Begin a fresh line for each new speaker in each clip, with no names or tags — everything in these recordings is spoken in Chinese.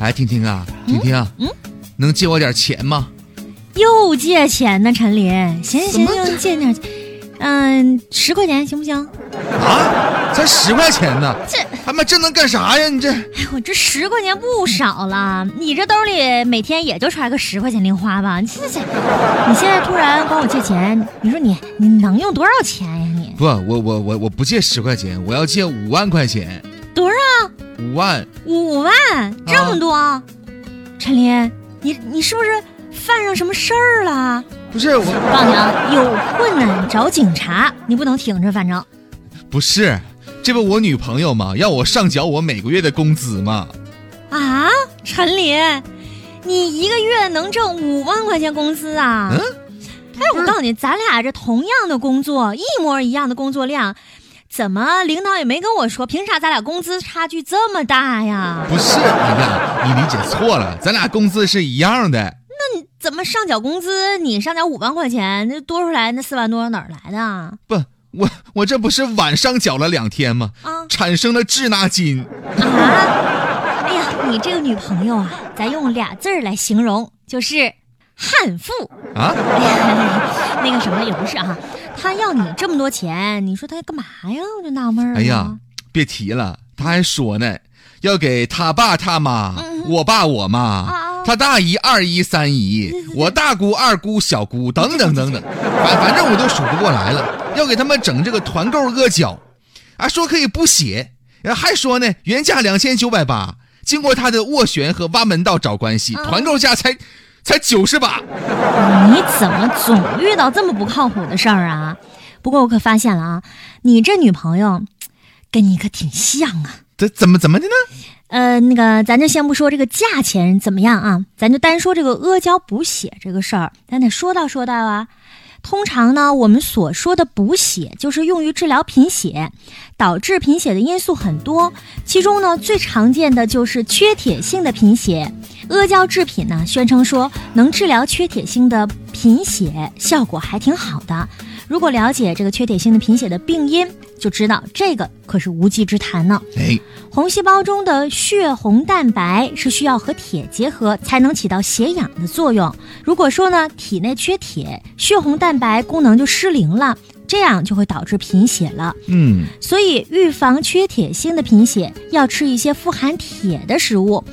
哎，婷婷啊，婷婷、啊，
嗯
能借我点钱吗？
又借钱呢，陈林，行
怎
行
么
行，
这
就借 点，嗯，十块钱行不行？
啊，才十块钱呢，
嗯这，
他妈这能干啥呀？你这
哎呦，我这十块钱不少了，你这兜里每天也就揣个十块钱零花吧？你这这，你现在突然管我借钱，你说你你能用多少钱呀你？
不，我我我我不借十块钱，我要借五万块钱，
多少？
五万。
五万这么多？陈林，你你是不是犯上什么事儿了？
不是
我
我，
告诉你啊，有困难找警察，你不能挺着，反正。
不是，这不我女朋友嘛，要我上缴我每个月的工资嘛。
啊，陈林，你一个月能挣五万块钱工资啊？
嗯
哎，我告诉你，咱俩这同样的工作，一模一样的工作量，怎么领导也没跟我说？凭啥咱俩工资差距这么大呀？
不是，哎呀，你理解错了，咱俩工资是一样的。
怎么上缴工资，你上缴五万块钱，那多出来那四万多哪儿来的啊？
不，我我这不是晚上缴了两天吗？
啊
产生了滞纳金。
啊！哎呀，你这个女朋友啊，咱用俩字儿来形容，就是悍妇。
啊，
那个什么也不是啊，他要你这么多钱，你说他干嘛呀？我就纳闷儿了。啊
哎呀，别提了，他还说呢，要给他爸他妈、
嗯
我爸我妈、
啊
他大姨、二姨、三姨、我大姑、二姑、小姑等等等等，反反正我都数不过来了，要给他们整这个团购恶缴，啊，说可以不写，然后还说呢，原价两千九百八，经过他的斡旋和挖门道找关系，
啊
团购价才才九十八。
你怎么总遇到这么不靠谱的事儿啊？不过我可发现了啊，你这女朋友跟你可挺像啊。
这怎么怎么的呢？
呃，那个，咱就先不说这个价钱怎么样啊，咱就单说这个阿胶补血这个事儿。咱得说道说道啊。通常呢，我们所说的补血，就是用于治疗贫血。导致贫血的因素很多，其中呢，最常见的就是缺铁性的贫血。阿胶制品呢，宣称说能治疗缺铁性的贫血，效果还挺好的。如果了解这个缺铁性的贫血的病因，就知道这个可是无稽之谈呢。
哎，
红细胞中的血红蛋白是需要和铁结合才能起到血氧的作用。如果说呢，体内缺铁，血红蛋白功能就失灵了，这样就会导致贫血了。
嗯，
所以，预防缺铁性的贫血，要吃一些富含铁的食物。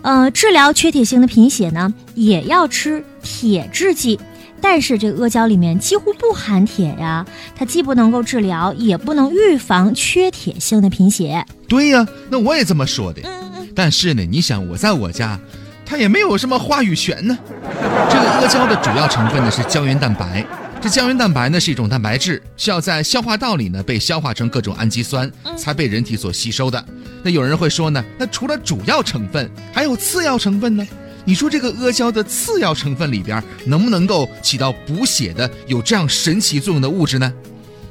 呃，治疗缺铁性的贫血呢，也要吃铁制剂。但是这个阿胶里面几乎不含铁呀，它既不能够治疗，也不能预防缺铁性的贫血。
对呀、那我也这么说的。
嗯嗯。
但是呢，你想我在我家，他也没有什么话语权呢。这个阿胶的主要成分呢是胶原蛋白，这胶原蛋白呢是一种蛋白质，是要在消化道里呢被消化成各种氨基酸，
嗯
才被人体所吸收的。那有人会说呢，那除了主要成分，还有次要成分呢？你说这个阿胶的次要成分里边，能不能够起到补血的有这样神奇作用的物质呢？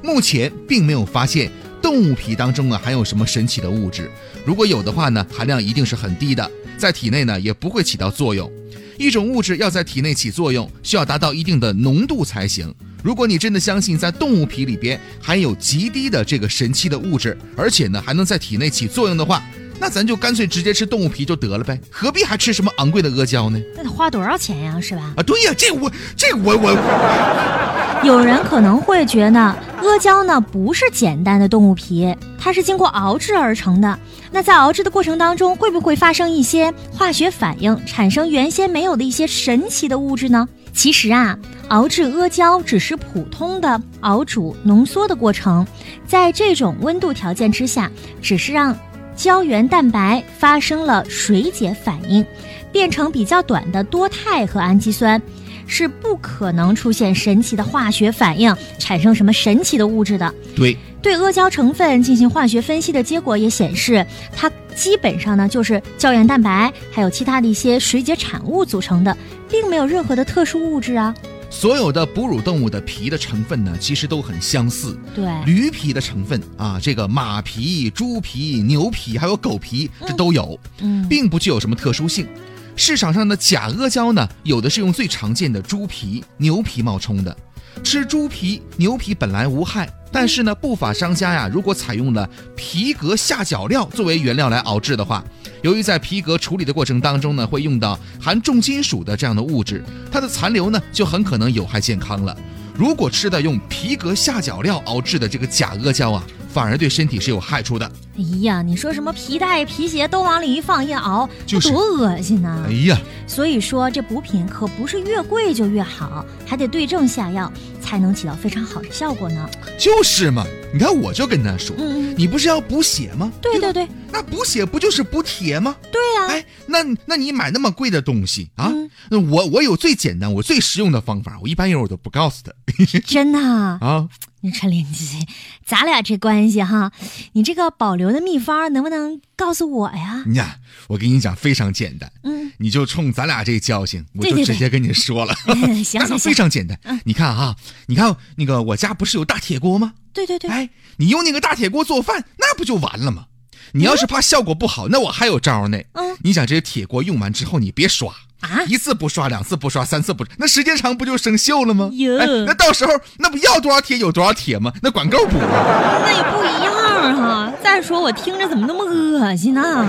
目前并没有发现动物皮当中啊含有什么神奇的物质，如果有的话呢，含量一定是很低的，在体内呢也不会起到作用。一种物质要在体内起作用，需要达到一定的浓度才行。如果你真的相信在动物皮里边含有极低的这个神奇的物质，而且呢还能在体内起作用的话，那咱就干脆直接吃动物皮就得了呗，何必还吃什么昂贵的阿胶呢？
那得花多少钱呀，是吧？
啊，对呀，这我这我我
有人可能会觉得阿胶呢不是简单的动物皮，它是经过熬制而成的。那在熬制的过程当中，会不会发生一些化学反应，产生原先没有的一些神奇的物质呢？其实啊，熬制阿胶只是普通的熬煮浓缩的过程，在这种温度条件之下，只是让胶原蛋白发生了水解反应，变成比较短的多肽和氨基酸。是不可能出现神奇的化学反应，产生什么神奇的物质的。
对，
对阿胶成分进行化学分析的结果也显示，它基本上呢就是胶原蛋白还有其他的一些水解产物组成的，并没有任何的特殊物质啊。
所有的哺乳动物的皮的成分呢，其实都很相似。
对，
驴皮的成分啊，这个马皮、猪皮、牛皮还有狗皮，这都有，
嗯，
并不具有什么特殊性。市场上的假阿胶呢，有的是用最常见的猪皮、牛皮冒充的。吃猪皮、牛皮本来无害，但是呢，不法商家呀，如果采用了皮革下脚料作为原料来熬制的话，由于在皮革处理的过程当中呢，会用到含重金属的这样的物质，它的残留呢就很可能有害健康了。如果吃的用皮革下脚料熬制的这个假阿胶啊，反而对身体是有害处的。
哎呀，你说什么皮带、皮鞋都往里一放一熬，
就是
多恶心啊呐、
哎呀，
所以说，这补品可不是越贵就越好，还得对症下药，才能起到非常好的效果呢。
就是嘛，你看我就跟他说，
嗯，嗯，
你不是要补血吗？
对对
吧，
对，
那补血不就是补铁吗？
对呀、
哎，那那你买那么贵的东西啊？
嗯
那我我有最简单、我最实用的方法，我一般人我都不告诉他
真的啊。
啊。
你陈林，咱俩这关系哈，你这个保留的秘方能不能告诉我呀？
你呀，我跟你讲，非常简单，
嗯，
你就冲咱俩这交情，我
对
就
对
直
对
接跟你说了。
行
那
行
非
嗯行，
常简单，你看啊，你看那个我家不是有大铁锅吗？
对对对，
哎，你用那个大铁锅做饭，那不就完了吗？你要是怕效果不好，那我还有招呢。
嗯
你想这些铁锅用完之后，你别刷，
啊，
一次不刷，两次不刷，三次不刷，那时间长不就生锈了吗？
哟
哎，那到时候那不要多少铁有多少铁吗？那管够补啊！
那也不一样哈、再说我听着怎么那么恶心呢？